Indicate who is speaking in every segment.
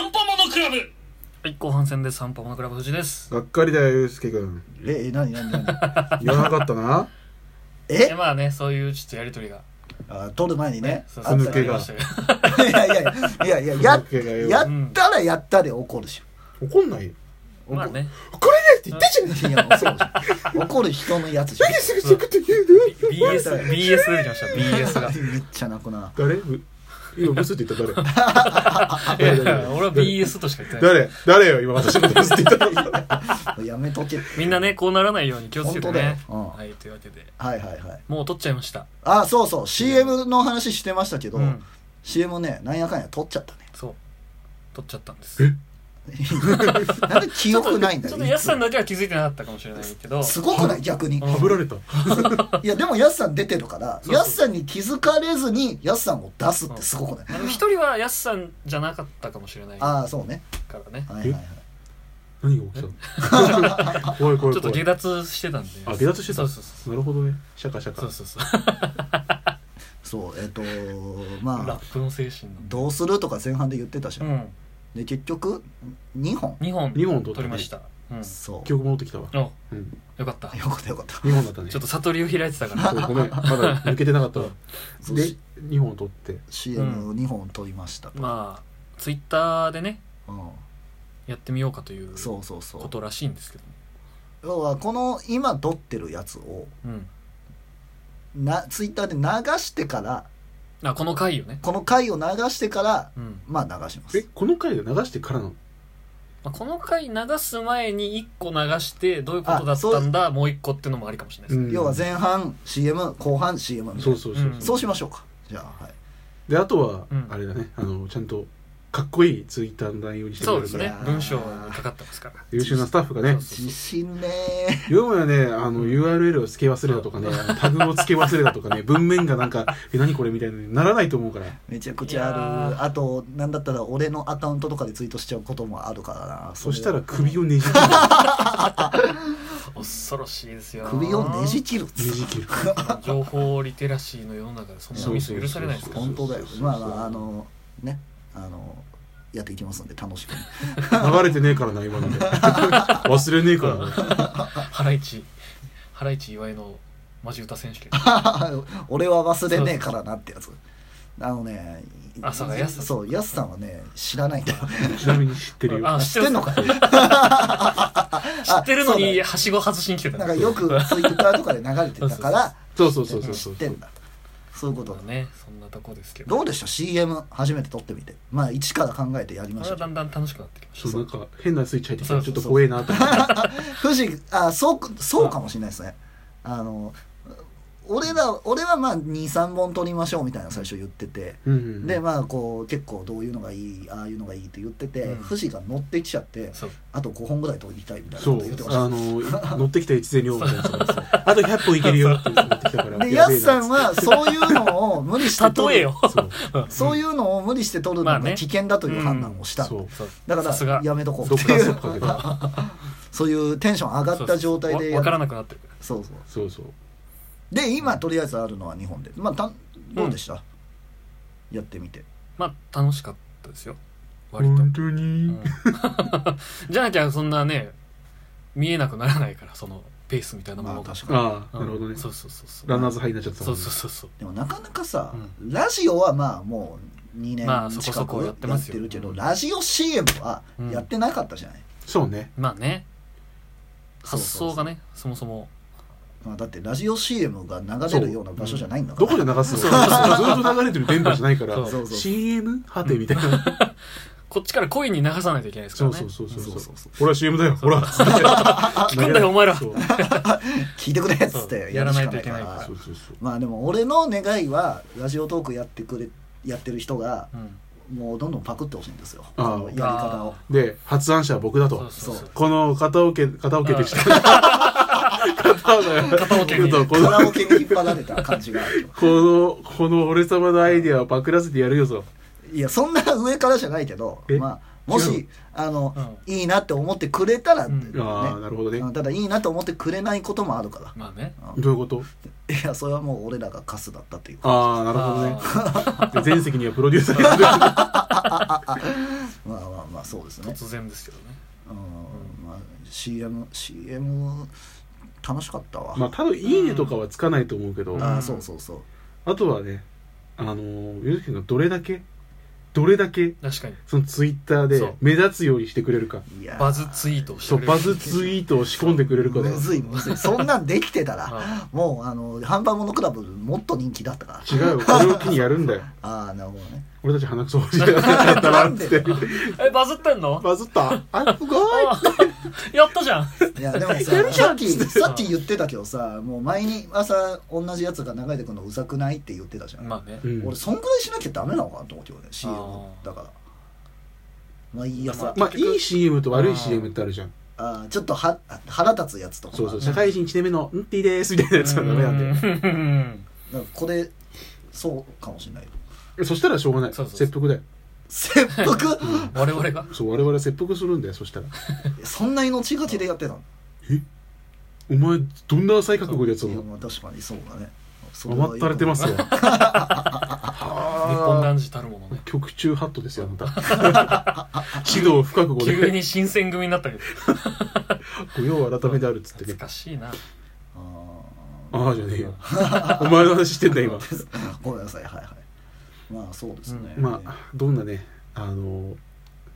Speaker 1: ラブ
Speaker 2: はい、後半戦です。散歩モノクラブ藤井です。
Speaker 3: がっかりだよ、ゆうすけくん。
Speaker 1: え、え、なになになに
Speaker 3: 言わなかったな。
Speaker 2: え
Speaker 1: え
Speaker 2: まあね、そういうちょっとやりとりが。
Speaker 1: あ撮る前にね。
Speaker 2: そう
Speaker 3: あったね
Speaker 2: そうありましたけど
Speaker 1: いやいやいやいや、や
Speaker 3: ふぬけがよ
Speaker 1: やったらやったで怒るし。
Speaker 3: 怒んないよ。
Speaker 2: まあね、
Speaker 3: 怒れないって言ったじゃん。
Speaker 1: いや、そうじゃん怒る人のやつじゃん
Speaker 3: 何すぐそこと言う
Speaker 2: BS、BS 出てきました、BS が。
Speaker 1: めっちゃ泣くな。
Speaker 3: の誰う今、ブスって言った
Speaker 2: いやいや俺は BS としか言ってない。
Speaker 3: 誰誰誰よ、今、私のブスって言ったの。
Speaker 1: やめとけ。
Speaker 2: みんなね、こうならないように気をつけてね。
Speaker 1: 本当だようん
Speaker 2: はい、というわけで。
Speaker 1: はいはいはい。
Speaker 2: もう撮っちゃいました。
Speaker 1: あ、そうそう。CM の話してましたけど、
Speaker 2: うん。
Speaker 1: CM ね、なんやかんや撮っちゃったね。
Speaker 2: そう。撮っちゃったんです。
Speaker 1: なんで記憶ないんだ
Speaker 2: ちょ
Speaker 1: よ
Speaker 2: っと、。やすさんだけは気づいてなかったかもしれないけど。
Speaker 1: すごくない逆 に。
Speaker 3: はぶられた。
Speaker 1: いや、でもやすさん出てるから、
Speaker 2: そうそう
Speaker 1: やすさんに気づかれずにやすさんを出すってすごくない
Speaker 2: あの一人はやすさんじゃなかったかもしれないか
Speaker 1: ああ、そうね。
Speaker 2: らね。
Speaker 1: はいはいはい。
Speaker 3: 何が起きたの怖い怖い怖い。
Speaker 2: ちょっと下脱してたんで。
Speaker 3: あ、下脱してた
Speaker 2: そうそうそ
Speaker 3: なるほどね。シャカシャ
Speaker 2: う。そ
Speaker 3: カ
Speaker 2: う。そうそう。
Speaker 1: そう、えっ、と
Speaker 2: ラ
Speaker 1: まあ、
Speaker 2: ップの精神の。
Speaker 1: どうするとか前半で言ってたじゃ。
Speaker 2: うんん。
Speaker 1: で、結局、2本。
Speaker 2: 2本。
Speaker 3: 二本撮った
Speaker 2: 撮
Speaker 3: ね
Speaker 2: りました。うん。
Speaker 1: そう。
Speaker 3: 記
Speaker 1: よ
Speaker 3: 憶戻ってきたわ。
Speaker 2: お
Speaker 3: うん。
Speaker 2: よかった。
Speaker 1: かったよかった。
Speaker 3: 2本だったね。
Speaker 2: ちょっと悟りを開いてたから。
Speaker 3: そうごめん。まだ抜けてなかったわ。
Speaker 1: そう
Speaker 3: で、2本取って。
Speaker 1: CM2 本撮りましたと、
Speaker 2: まあ、ツイッターでね、
Speaker 1: うん
Speaker 2: やってみようかという
Speaker 1: そうそうそ
Speaker 2: こ
Speaker 1: う
Speaker 2: とらしいんですけど。
Speaker 1: 要はこの今撮ってるやつを
Speaker 2: うん。
Speaker 1: なツイッターで流してから
Speaker 2: あ、この回よね。
Speaker 1: この回を流してから
Speaker 2: うん。
Speaker 1: まあ流しま
Speaker 3: え
Speaker 1: す、
Speaker 3: この回で流してからなの
Speaker 2: まあ、この回流す前に1個流して、どういうことだっ
Speaker 1: あそ
Speaker 2: たん
Speaker 1: う
Speaker 2: だ、もう1個っていうのもありかもしれないですね。
Speaker 3: うん
Speaker 1: 要は前半 CM 後半 CM みたい
Speaker 3: そ
Speaker 1: な
Speaker 3: うそうそううんそ。
Speaker 1: そううしましょうかじゃあはい
Speaker 3: で、あとは
Speaker 2: うん、
Speaker 3: あれだね。あの、ちゃんと、かっこいいツイッターの内容にしてく
Speaker 2: そ
Speaker 3: れ
Speaker 2: うで
Speaker 3: る
Speaker 2: す
Speaker 3: か
Speaker 2: ね
Speaker 3: ら。
Speaker 1: いやー
Speaker 2: 文章がかかってますから。
Speaker 3: 優秀なスタッフがね
Speaker 2: そう。そう
Speaker 1: 自信ね
Speaker 3: よもやね、あの、URL を付け忘れたとかね、タグを付け忘れたと かね、文面がなんか、え、何これみたいなのにならないと思うから。
Speaker 1: めちゃくちゃあ
Speaker 2: いや
Speaker 1: るあとなんだったら俺のアカウントとかでツイートしちゃうこともあるからな
Speaker 3: そしたら
Speaker 1: れ
Speaker 3: 首をねじ切
Speaker 2: 恐ろしいですよ。
Speaker 1: を首をねじ切る
Speaker 3: る。ねじ切 る。
Speaker 2: 情報リテラシーの世の中でそんなミス許されないですから
Speaker 1: 本当だ
Speaker 3: そう
Speaker 1: よ
Speaker 3: そうそう
Speaker 1: まあまああのねあのやっていきますんで楽しく
Speaker 3: 流れてねえからな、今ので。忘れねえからな。
Speaker 2: ハライチハライチ岩井のマジ歌選手権
Speaker 1: 俺は忘れねえからなってやつあのね
Speaker 2: あそうかやす
Speaker 1: そうやすさんはね知らないんだよ
Speaker 3: ちなみに知ってるよ。
Speaker 2: あ
Speaker 3: あ
Speaker 2: 知
Speaker 1: 知ってんのか
Speaker 2: 知 ってるの
Speaker 1: あそうだ
Speaker 2: に
Speaker 1: よ
Speaker 2: はしご外しに来てた
Speaker 1: なんかよくツイッターとかで流れてたから
Speaker 3: そうそうそうそう
Speaker 1: 知
Speaker 3: そう
Speaker 1: っ。てんだそういうこ
Speaker 2: そ
Speaker 1: と
Speaker 2: う
Speaker 1: だ
Speaker 2: だねそんなとこですけど
Speaker 1: どうでした CM 初めて撮ってみてまあ一から考えてやりま
Speaker 2: こ
Speaker 1: し
Speaker 2: れ
Speaker 1: た
Speaker 2: は
Speaker 1: け
Speaker 2: だ
Speaker 1: ど
Speaker 2: んだん楽しくなってきまし
Speaker 3: そう、なんか、変なスイッチ入ってきたらちょっと怖えなと思って。
Speaker 1: 藤あそうそうかもしれないですねあの俺ら俺はまあ23本撮りましょうみたいな最初言ってて、
Speaker 3: うんうん。
Speaker 1: でまあこう結構どういうのがいいああいうのがいいって言ってて、
Speaker 2: うん
Speaker 1: 富士が乗ってきちゃって
Speaker 2: たそう
Speaker 1: あと5本ぐらい取りたいみたいな
Speaker 3: そ
Speaker 1: こ
Speaker 3: う
Speaker 1: と言ってま、
Speaker 3: あ
Speaker 1: し
Speaker 3: の、乗ってきた越前量みたいなやつがさあと100本いけるよって言ってきたか
Speaker 1: た
Speaker 3: ら。
Speaker 1: でや
Speaker 3: べ
Speaker 1: す
Speaker 3: え
Speaker 1: さ
Speaker 3: な
Speaker 1: んはそういうのを無理して取
Speaker 2: 例え
Speaker 1: る
Speaker 2: よ
Speaker 3: そう
Speaker 1: そういうのを無理して取る
Speaker 2: まあ
Speaker 1: の
Speaker 2: ね
Speaker 1: が危険だという判断をした、
Speaker 3: そう。
Speaker 2: そう
Speaker 1: だ
Speaker 2: さす
Speaker 1: か
Speaker 2: が
Speaker 1: らやめとこう
Speaker 3: ど
Speaker 1: っ
Speaker 3: ってか
Speaker 1: い
Speaker 3: そうっかけど。
Speaker 1: そういうテンション上がった状態
Speaker 2: わ
Speaker 1: でや
Speaker 2: わ
Speaker 1: る
Speaker 2: からなくなってるか
Speaker 1: そうそ
Speaker 3: そ
Speaker 1: う
Speaker 3: うそう。
Speaker 1: で今とりあえずあるのは2本でまあたどうでした、やってみて
Speaker 2: らまあ楽しかったですよ割と、
Speaker 3: 当
Speaker 2: うん
Speaker 3: に
Speaker 2: じゃなきゃそんなね見えなくならないからそのペースみたいなも
Speaker 1: ま
Speaker 2: の
Speaker 1: あ
Speaker 2: が、
Speaker 1: 確かに
Speaker 3: ああ、なるほどね
Speaker 2: うん。そうそうそうそう
Speaker 3: ランナーズハイになっちゃってた
Speaker 2: そ
Speaker 3: もん
Speaker 2: うそ
Speaker 3: ね
Speaker 2: うそうそう
Speaker 1: でもなかなかさ、ラジオはまあもう2
Speaker 2: まあ
Speaker 1: 年
Speaker 2: そこ
Speaker 1: 近
Speaker 2: そこ
Speaker 1: く
Speaker 2: や
Speaker 1: や
Speaker 2: っ
Speaker 1: ってて
Speaker 2: ますよ
Speaker 1: るけど、ラジオ CM は
Speaker 2: うん
Speaker 1: やってなかったじゃない、
Speaker 3: そうね。
Speaker 2: まあね
Speaker 1: そう
Speaker 2: 発
Speaker 1: そうそう
Speaker 2: 想がねそもそも
Speaker 1: まあ、だってラジオ CM が流れるような場所じゃないんだか
Speaker 3: ど
Speaker 1: ら、
Speaker 3: こで流すのずっと流れてる電波じゃない
Speaker 2: そ
Speaker 3: か
Speaker 2: う
Speaker 3: ら
Speaker 1: そうそう
Speaker 3: CM? はてみたいな
Speaker 2: こっちから恋に流さないといけないですか
Speaker 3: そ
Speaker 2: ら
Speaker 3: う
Speaker 2: ね
Speaker 3: そうそう
Speaker 1: そ
Speaker 3: そうう
Speaker 1: そ
Speaker 3: そうう
Speaker 1: そう
Speaker 3: ほら CM だよほら聞
Speaker 2: 聞くんだよお前ら
Speaker 3: そう
Speaker 1: 聞いてくれっつっ
Speaker 2: そう
Speaker 1: て
Speaker 2: やらないと
Speaker 1: る
Speaker 2: い
Speaker 1: し
Speaker 2: けないから
Speaker 1: か
Speaker 3: そうそう
Speaker 1: まあでも俺の願いはラジオトークやってくれやってる人が
Speaker 2: うん
Speaker 1: もうどんどんパクってほしいんですよ
Speaker 3: あー
Speaker 1: あのやり方を
Speaker 3: そうで発案者は僕だ
Speaker 2: そ
Speaker 3: と
Speaker 2: うそうそう
Speaker 3: この片桶片桶でした片桶
Speaker 2: 片桶に
Speaker 3: とこ
Speaker 1: カ
Speaker 3: の
Speaker 1: ラオケに引っ張られた感じがある
Speaker 3: このこの俺様のアイディアをパクらせてやるよぞ
Speaker 1: いやそんな上からじゃないけど
Speaker 3: え
Speaker 1: まあ
Speaker 3: 違
Speaker 1: も
Speaker 3: う
Speaker 1: しあの、いいなって思ってくれたら、
Speaker 2: うん
Speaker 1: ね
Speaker 3: ああなるほどね
Speaker 1: うんただいいなと思ってくれないこともあるか
Speaker 2: まあね
Speaker 1: ら、うん
Speaker 3: どういうこと
Speaker 1: いやそれはもう俺らがカスだったっていう
Speaker 3: ああなるほどね
Speaker 2: あ
Speaker 3: で全席にはプロデューサーが
Speaker 1: まあまあまあそうですね、
Speaker 2: 突然ですけどね
Speaker 1: うんまあ、CMCM 楽しかったわ、
Speaker 3: まあ多分「いいね」とかはつかないと思うけど、
Speaker 2: うん
Speaker 1: ああそうそうそう
Speaker 3: あとはねあのゆずきくんがどれだけどれだけ
Speaker 2: 確かに
Speaker 3: そのツイッター
Speaker 2: そ
Speaker 3: で
Speaker 2: う
Speaker 3: 目立つようにしてくれるか
Speaker 1: いやー
Speaker 2: バズツイートをして
Speaker 3: そ
Speaker 2: く
Speaker 3: う
Speaker 2: れる
Speaker 3: バズツイートを仕込んでくれるかで
Speaker 1: むずいむずいそんなんできて たら
Speaker 2: は
Speaker 1: もうあの販売物クラブもっと人気だったから
Speaker 3: 違うよこれを機にやるんだよ
Speaker 1: ああなるほどね
Speaker 3: 俺たち鼻くそ欲しいやった なっつって
Speaker 2: いえバズってんの
Speaker 3: バズったあすごい
Speaker 2: あやったじゃん
Speaker 1: いやでもささっきさっき言ってたけどさもう毎に朝同じやつが流れてくるのうざくないって言ってたじゃん、
Speaker 2: まあね
Speaker 3: うん
Speaker 1: 俺そんぐらいしなきゃダメなのかなと思って俺 CM だから毎朝、
Speaker 3: まあいい CM と悪い CM ってあるじゃん
Speaker 1: あーちょっとは腹立つやつとか
Speaker 3: そうそう
Speaker 1: だ
Speaker 3: 社
Speaker 1: か
Speaker 3: 会人1年目の「んっていです」みたいなやつはダメなんで
Speaker 2: うん
Speaker 1: らこれそうかもしれないよ
Speaker 3: そしたらしょうがない
Speaker 2: そうそうそう
Speaker 3: 切腹だよ
Speaker 1: 切腹
Speaker 2: 我々が
Speaker 3: そう我々切腹するんだよそしたら
Speaker 1: そんな命がけでやってたの
Speaker 3: お前どんな浅い覚悟でやつ
Speaker 1: いや
Speaker 3: を
Speaker 1: まあ確かにそうだねそは
Speaker 3: 余ったれ てますよ
Speaker 2: 日本男児たるものね
Speaker 3: 局中ハットですよ あなた指導深く
Speaker 2: 急
Speaker 3: で
Speaker 2: に新選組になったけど
Speaker 3: ご用改めであるっつって
Speaker 2: 懐
Speaker 3: ね
Speaker 2: かしいな
Speaker 1: あー
Speaker 3: ああじゃねえよお前の話してんだ今
Speaker 1: ごめんなさいはいはいまあそうですね、
Speaker 3: まあどんなねあの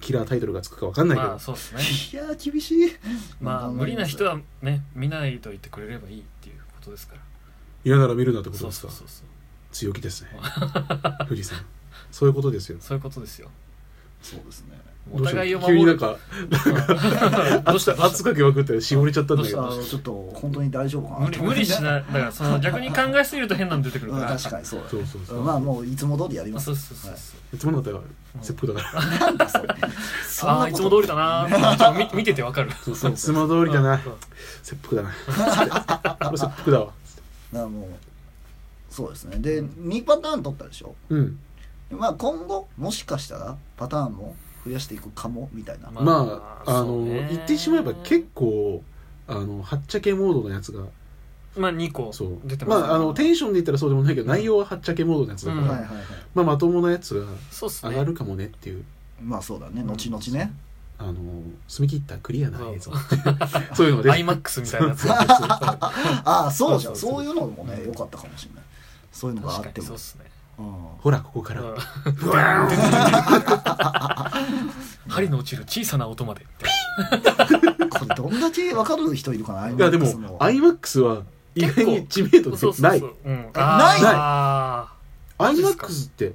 Speaker 3: キラータイトルがつくかわかんないけ
Speaker 2: まあ
Speaker 3: ど
Speaker 2: そうです ね
Speaker 1: いやー厳しい
Speaker 2: まあ無理な人
Speaker 1: は
Speaker 2: はね見ないと言ってくれればいいっていうことですから
Speaker 3: 嫌なら見るなってこと
Speaker 2: そう
Speaker 3: です
Speaker 2: そ
Speaker 3: か
Speaker 2: うそうそう
Speaker 3: 強 気ですね富士山そういうことですよ
Speaker 2: そういうことですよ
Speaker 1: そうですね
Speaker 2: お互いを
Speaker 3: どうしよう急
Speaker 2: 守
Speaker 3: になん
Speaker 2: る
Speaker 3: か
Speaker 2: うんどう したどう
Speaker 3: 圧
Speaker 2: し
Speaker 3: かけまくってしおれちゃったんだけ
Speaker 1: あ
Speaker 3: ど
Speaker 1: のちょっと本当に大丈夫か
Speaker 2: た無
Speaker 1: な
Speaker 2: 理無理し
Speaker 1: い、
Speaker 2: ないだからその逆に考えすぎると変なの出てくる
Speaker 1: う
Speaker 2: か
Speaker 1: ん、
Speaker 2: ら
Speaker 1: 確かにそうだ、ね、
Speaker 3: そうそうそう
Speaker 1: まあもういつも通りやりま
Speaker 2: あ
Speaker 1: す
Speaker 2: そうそうそうそう
Speaker 3: つまんな かったから切腹だから
Speaker 1: なんだそれそんな
Speaker 2: あ
Speaker 1: こと
Speaker 2: あいつも通りだなちょっ と見見ててわかる
Speaker 3: そうそういつも通りだな
Speaker 2: うん
Speaker 3: 切腹だな 俺切腹だわ
Speaker 1: だからもうそうですねで2パターン取ったでしょ
Speaker 3: うん
Speaker 1: まあ今後もしかしたらパターンも増やしていくかもみたいな、
Speaker 2: ま
Speaker 3: まああ
Speaker 2: そ
Speaker 3: の
Speaker 2: うね
Speaker 3: 言ってしまえば結構あのはっちゃけモードのやつが
Speaker 2: まあ2個
Speaker 3: そう
Speaker 2: 出てますね
Speaker 3: まああのテンションで言ったらそうでもないけど内容ははっちゃけモードのやつだか
Speaker 2: うん
Speaker 1: はいはい
Speaker 3: ら
Speaker 1: はい
Speaker 3: まあまともなやつ
Speaker 2: そうっす
Speaker 3: が
Speaker 2: ね
Speaker 3: 上がるかもねっていう
Speaker 1: まあそうだね
Speaker 2: うん
Speaker 1: 後々ね、
Speaker 3: あの澄み切ったクリアな映像
Speaker 2: そ
Speaker 3: そういうので
Speaker 2: アイマックスみたいなやつ
Speaker 3: そうそうそう
Speaker 1: ああそうじゃん
Speaker 2: そうそうう
Speaker 1: そいうのもね
Speaker 2: うん
Speaker 1: 良かったかもしれないそういうのがあ
Speaker 2: 確
Speaker 1: っ
Speaker 2: か
Speaker 1: て
Speaker 2: にそう
Speaker 1: も
Speaker 2: っすね
Speaker 1: うん
Speaker 3: ほらここから
Speaker 2: うん
Speaker 3: ブワーン
Speaker 2: 針の落ちる小さな音まで
Speaker 1: これどんだけ分かる人いるかない
Speaker 3: いやでも iMAX は意外に知名度
Speaker 2: そうそう
Speaker 3: って
Speaker 2: そう
Speaker 3: ない
Speaker 2: うん
Speaker 1: ない
Speaker 2: あマジですか
Speaker 3: iMAX って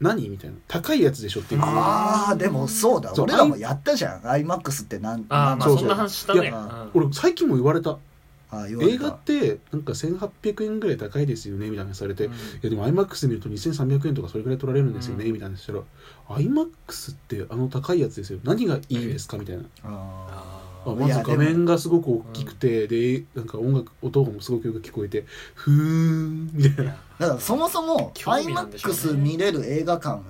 Speaker 3: 何みたいな高いやつでしょっていう
Speaker 2: あ
Speaker 1: ああでもそうだ
Speaker 3: そう
Speaker 1: 俺らもやったじゃん iMAX ってなん
Speaker 2: ーあーまあ
Speaker 1: なんだろ
Speaker 3: そうう
Speaker 2: そんな話した
Speaker 3: い
Speaker 2: ね
Speaker 1: や
Speaker 2: うん
Speaker 3: 俺最近も言われた
Speaker 1: ああ言われ
Speaker 3: 映
Speaker 1: た
Speaker 3: 画ってなんか1800円ぐらい高いですよねみたいな話されて、
Speaker 2: うん
Speaker 3: いやでも iMAX で見ると2300円とかそれぐらい取られるんですよね、
Speaker 2: うん
Speaker 3: みたいな話したら iMAX ってあの高いやつですよ何がいいですかみたいな
Speaker 1: あ
Speaker 3: あ
Speaker 1: ー
Speaker 3: ま
Speaker 1: い
Speaker 3: ず
Speaker 1: やで
Speaker 3: 画
Speaker 1: も
Speaker 3: 面がすごく大きくて、でなんか音楽音もすごくよく聞こえてふーんみた
Speaker 2: い
Speaker 3: いな
Speaker 2: や
Speaker 1: あだからそもそも
Speaker 2: 興味なんでしょうね
Speaker 1: iMAX 見れる映画館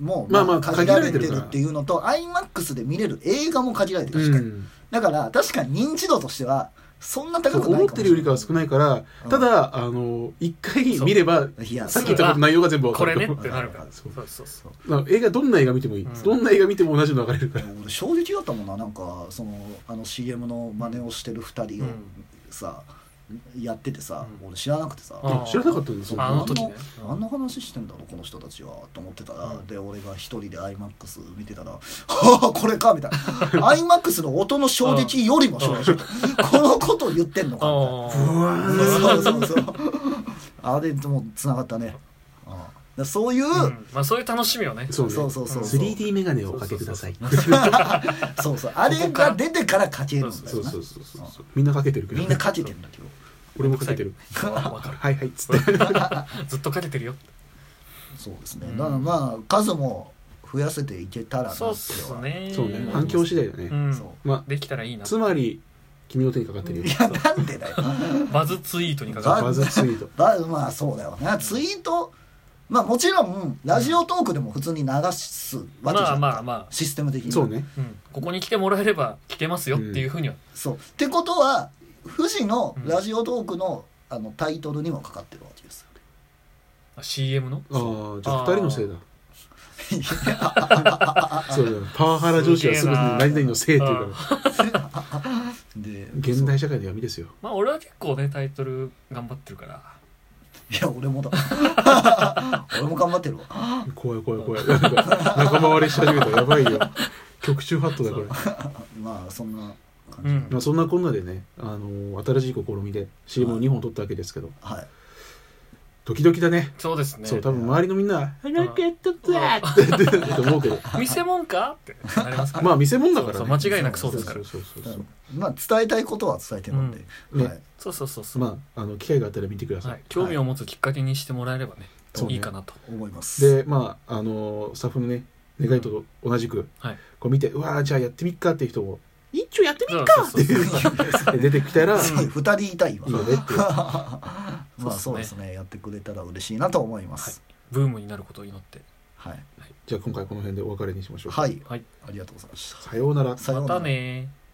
Speaker 1: も
Speaker 3: まあまあ
Speaker 1: 限ら
Speaker 3: 限られ
Speaker 1: れて
Speaker 3: てる
Speaker 1: る
Speaker 3: から
Speaker 1: っていうのと iMAX で見れる映画も限られてる
Speaker 3: う
Speaker 1: し
Speaker 3: ん
Speaker 1: だから確かに認知度としてはそんな
Speaker 3: そ
Speaker 1: 高
Speaker 3: う
Speaker 1: くない
Speaker 3: 思っ
Speaker 1: か
Speaker 3: て
Speaker 1: もし
Speaker 3: るより
Speaker 1: れない
Speaker 3: かは少ないから
Speaker 1: うん
Speaker 3: ただあの一回見れば
Speaker 1: いや
Speaker 3: さっき言
Speaker 1: そ
Speaker 3: ったこと内容が全部わ
Speaker 2: こ
Speaker 3: かる
Speaker 2: れねっ
Speaker 3: と
Speaker 2: てなるから
Speaker 3: そ
Speaker 2: そううそうそう
Speaker 3: なんか映画どんな映画見てもいい、
Speaker 2: うん
Speaker 3: どんな映画見ても同じの流れるから
Speaker 1: う俺衝撃だったもんななんかそのあの CM の真似をしてる2人を
Speaker 2: うん
Speaker 1: さ、やっててさ、
Speaker 2: うん
Speaker 1: 俺知らなくてさ、
Speaker 2: あー
Speaker 3: 知らなかったんですよ
Speaker 2: あの時ね
Speaker 1: あんな話してんだろこの人たちはと思ってたら、
Speaker 2: うん
Speaker 1: で俺が一人で iMAX 見てたら「はあこれか」みたいな iMAX の音の衝撃よりも衝撃 このことを言ってんのかみたい
Speaker 2: あ
Speaker 1: な
Speaker 3: うわー
Speaker 1: そうそうそうあれもうつながったねああそういう、
Speaker 2: ーうんまあそういう楽しみをね
Speaker 3: そうね
Speaker 1: そうそうそうそう
Speaker 3: 3D メガネをおかけください
Speaker 1: そうそうあれが出てからかけるんだよな
Speaker 3: そうそうそうそうそうみんなかけてるけど
Speaker 1: みんなかけてんだけど
Speaker 3: 俺もかけてる
Speaker 2: わかる
Speaker 3: はいはいっつって
Speaker 2: ずっとかけてるよ
Speaker 1: そうですね
Speaker 2: うん
Speaker 1: だからまあ数も増やせていけたらなって
Speaker 2: そうっす
Speaker 1: は
Speaker 2: ね
Speaker 3: そうね反響次第だ
Speaker 2: う
Speaker 3: ね
Speaker 2: ん
Speaker 1: そう
Speaker 3: ま
Speaker 2: できたらいいな
Speaker 3: あつまり君の手にかかってるよ
Speaker 1: いやなんでだよ
Speaker 2: バズツイートにかか
Speaker 1: バ
Speaker 2: る
Speaker 3: バズツイート
Speaker 1: まあまあそうだよなツイートまあもちろんラジオトークでも普通に流すわけじゃん
Speaker 2: まあまあまあ
Speaker 1: システム的に
Speaker 3: そうね
Speaker 2: うんここに来てもらえれば聞けますよっていうふうには
Speaker 1: そうってことは富士のラジオトークのあのタイトルにもかかってるわけですよ
Speaker 2: あ CM の
Speaker 3: ああじゃあ2人のせいだそうだよパワハラ上司はすべて何々のせいっていう
Speaker 2: うん
Speaker 3: から
Speaker 1: で
Speaker 3: 現代社会の闇ですよ
Speaker 2: まあ俺は結構ねタイトル頑張ってるから
Speaker 1: いや俺もだ 俺も頑張ってるわ
Speaker 3: 怖い怖い怖いなんか仲間割れし始めたやばいよ局中ハットだこれ
Speaker 1: まあそんな感
Speaker 2: う
Speaker 1: じ、
Speaker 2: ん
Speaker 3: まあ、そんなこんなでね、あの新しい試みで CM を2本撮ったわけですけど、
Speaker 1: はい
Speaker 3: 時々だね。
Speaker 2: そうですね
Speaker 3: そう、多分周りのみんな、
Speaker 2: ん
Speaker 3: 腹が立つわー ってって思うけど、
Speaker 2: 見せ物かってなりますから
Speaker 3: まあ見せ物だから
Speaker 2: そう
Speaker 3: ね。
Speaker 2: そう間違いなくそうですから
Speaker 3: そうそう
Speaker 1: だ
Speaker 3: そう
Speaker 1: か
Speaker 3: そう
Speaker 1: らまあ伝えたいことは伝えてるんで、
Speaker 3: うんね
Speaker 1: はい、
Speaker 2: そうそうそうそう、
Speaker 3: まあ、あの、機会があったら見てください。
Speaker 2: はい、興味を持つきっかけにしてもらえればね、
Speaker 3: そう
Speaker 2: い、
Speaker 3: ね
Speaker 2: いかなと
Speaker 1: 思います
Speaker 3: で、まあ、あのスタッフのね、願いと同じく、
Speaker 2: はい
Speaker 3: こう見て、うわーじゃあやってみっかっていう人も、
Speaker 4: 一応やってみ
Speaker 2: そう
Speaker 4: っ
Speaker 2: そ
Speaker 4: か
Speaker 2: うそうそう
Speaker 3: で出てきたら、い
Speaker 1: そう
Speaker 3: い
Speaker 1: 2人いたいわ
Speaker 3: よ ねっていう。
Speaker 1: まあそうですねやってくれたら嬉しいなと思います
Speaker 2: ブームになることを祈って
Speaker 1: はい
Speaker 3: じゃあ今回この辺でお別れにしましょう。
Speaker 1: はい、
Speaker 2: はい
Speaker 1: ありがとうございました
Speaker 3: さようなら。
Speaker 1: さ
Speaker 2: またねー